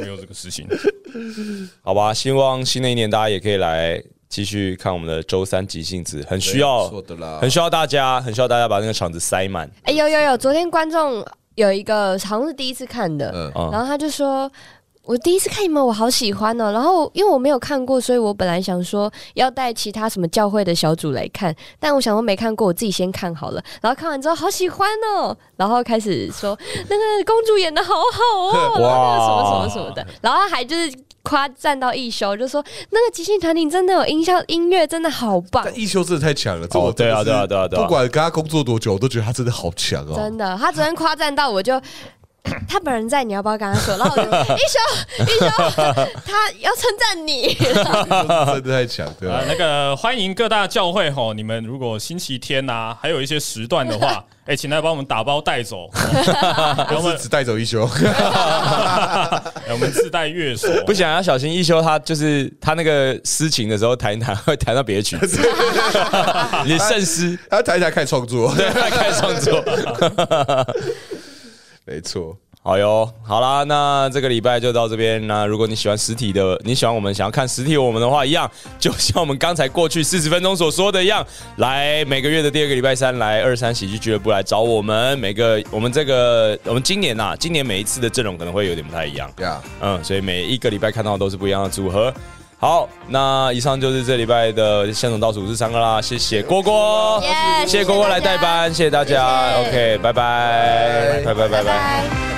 Speaker 5: 没有这个事情。
Speaker 3: 好吧，希望新的一年大家也可以来继续看我们的周三急性子，很需要
Speaker 4: 没错的啦，
Speaker 3: 很需要大家，很需要大家把那个场子塞满。
Speaker 2: 哎、有有有，昨天观众有一个好像是第一次看的，
Speaker 4: 哦
Speaker 3: 嗯
Speaker 2: 然后他就说。我第一次看你们，我好喜欢哦。然后因为我没有看过，所以我本来想说要带其他什么教会的小组来看，但我想说没看过，我自己先看好了。然后看完之后好喜欢哦，然后开始说那个公主演的好好哦，
Speaker 4: *laughs*
Speaker 2: 然后那个什么什么什么的，然后还就是夸赞到一休，就说那个即兴团体真的有音效音乐真的好棒，
Speaker 4: 但一休真的太强了，这我
Speaker 3: 哦对啊
Speaker 4: 真的
Speaker 3: 对啊
Speaker 4: 是
Speaker 3: 对啊对啊
Speaker 4: 不管跟他工作多久，我都觉得他真的好强哦。
Speaker 2: 真的，他昨天夸赞到我就。他本人在，你要不要跟他说？然后我就一休一休，他要称赞你。
Speaker 4: 真的太哎强，对啊
Speaker 5: 呃
Speaker 4: 吧，？
Speaker 5: 那个欢迎各大教会吼，你们如果星期天呐、还有一些时段的话，哎、请来帮我们打包带走，然后我
Speaker 4: 我
Speaker 5: 们
Speaker 4: 是只带走一休， *laughs*
Speaker 5: 哎我们自带乐手。
Speaker 3: 不想要小心一休，他就是他那个私情的时候弹一弹，会弹到别的曲
Speaker 2: *laughs*
Speaker 3: 子，你慎思，
Speaker 4: 他台台开始创作，
Speaker 3: 对，他开始创作。
Speaker 4: 没错。
Speaker 3: 好哟，好啦，那这个礼拜就到这边。那如果你喜欢实体的，你喜欢我们想要看实体我们的话，一样，就像我们刚才过去四十分钟所说的一样，来每个月的第二个礼拜三来二三喜剧俱乐部来找我们。每个我们这个我们今年呐、今年每一次的阵容可能会有点不太一样，
Speaker 4: 呀，
Speaker 3: 嗯，所以每一个礼拜看到的都是不一样的组合。好，那以上就是这礼拜的现场倒数是三个啦，谢谢郭郭
Speaker 2: Yeah，
Speaker 3: 谢谢郭郭来
Speaker 2: 谢谢大
Speaker 3: 代
Speaker 2: 家
Speaker 3: 班，谢谢大家
Speaker 2: 谢谢
Speaker 3: ，OK，拜拜，拜拜拜
Speaker 2: 拜
Speaker 3: 拜。
Speaker 2: 拜。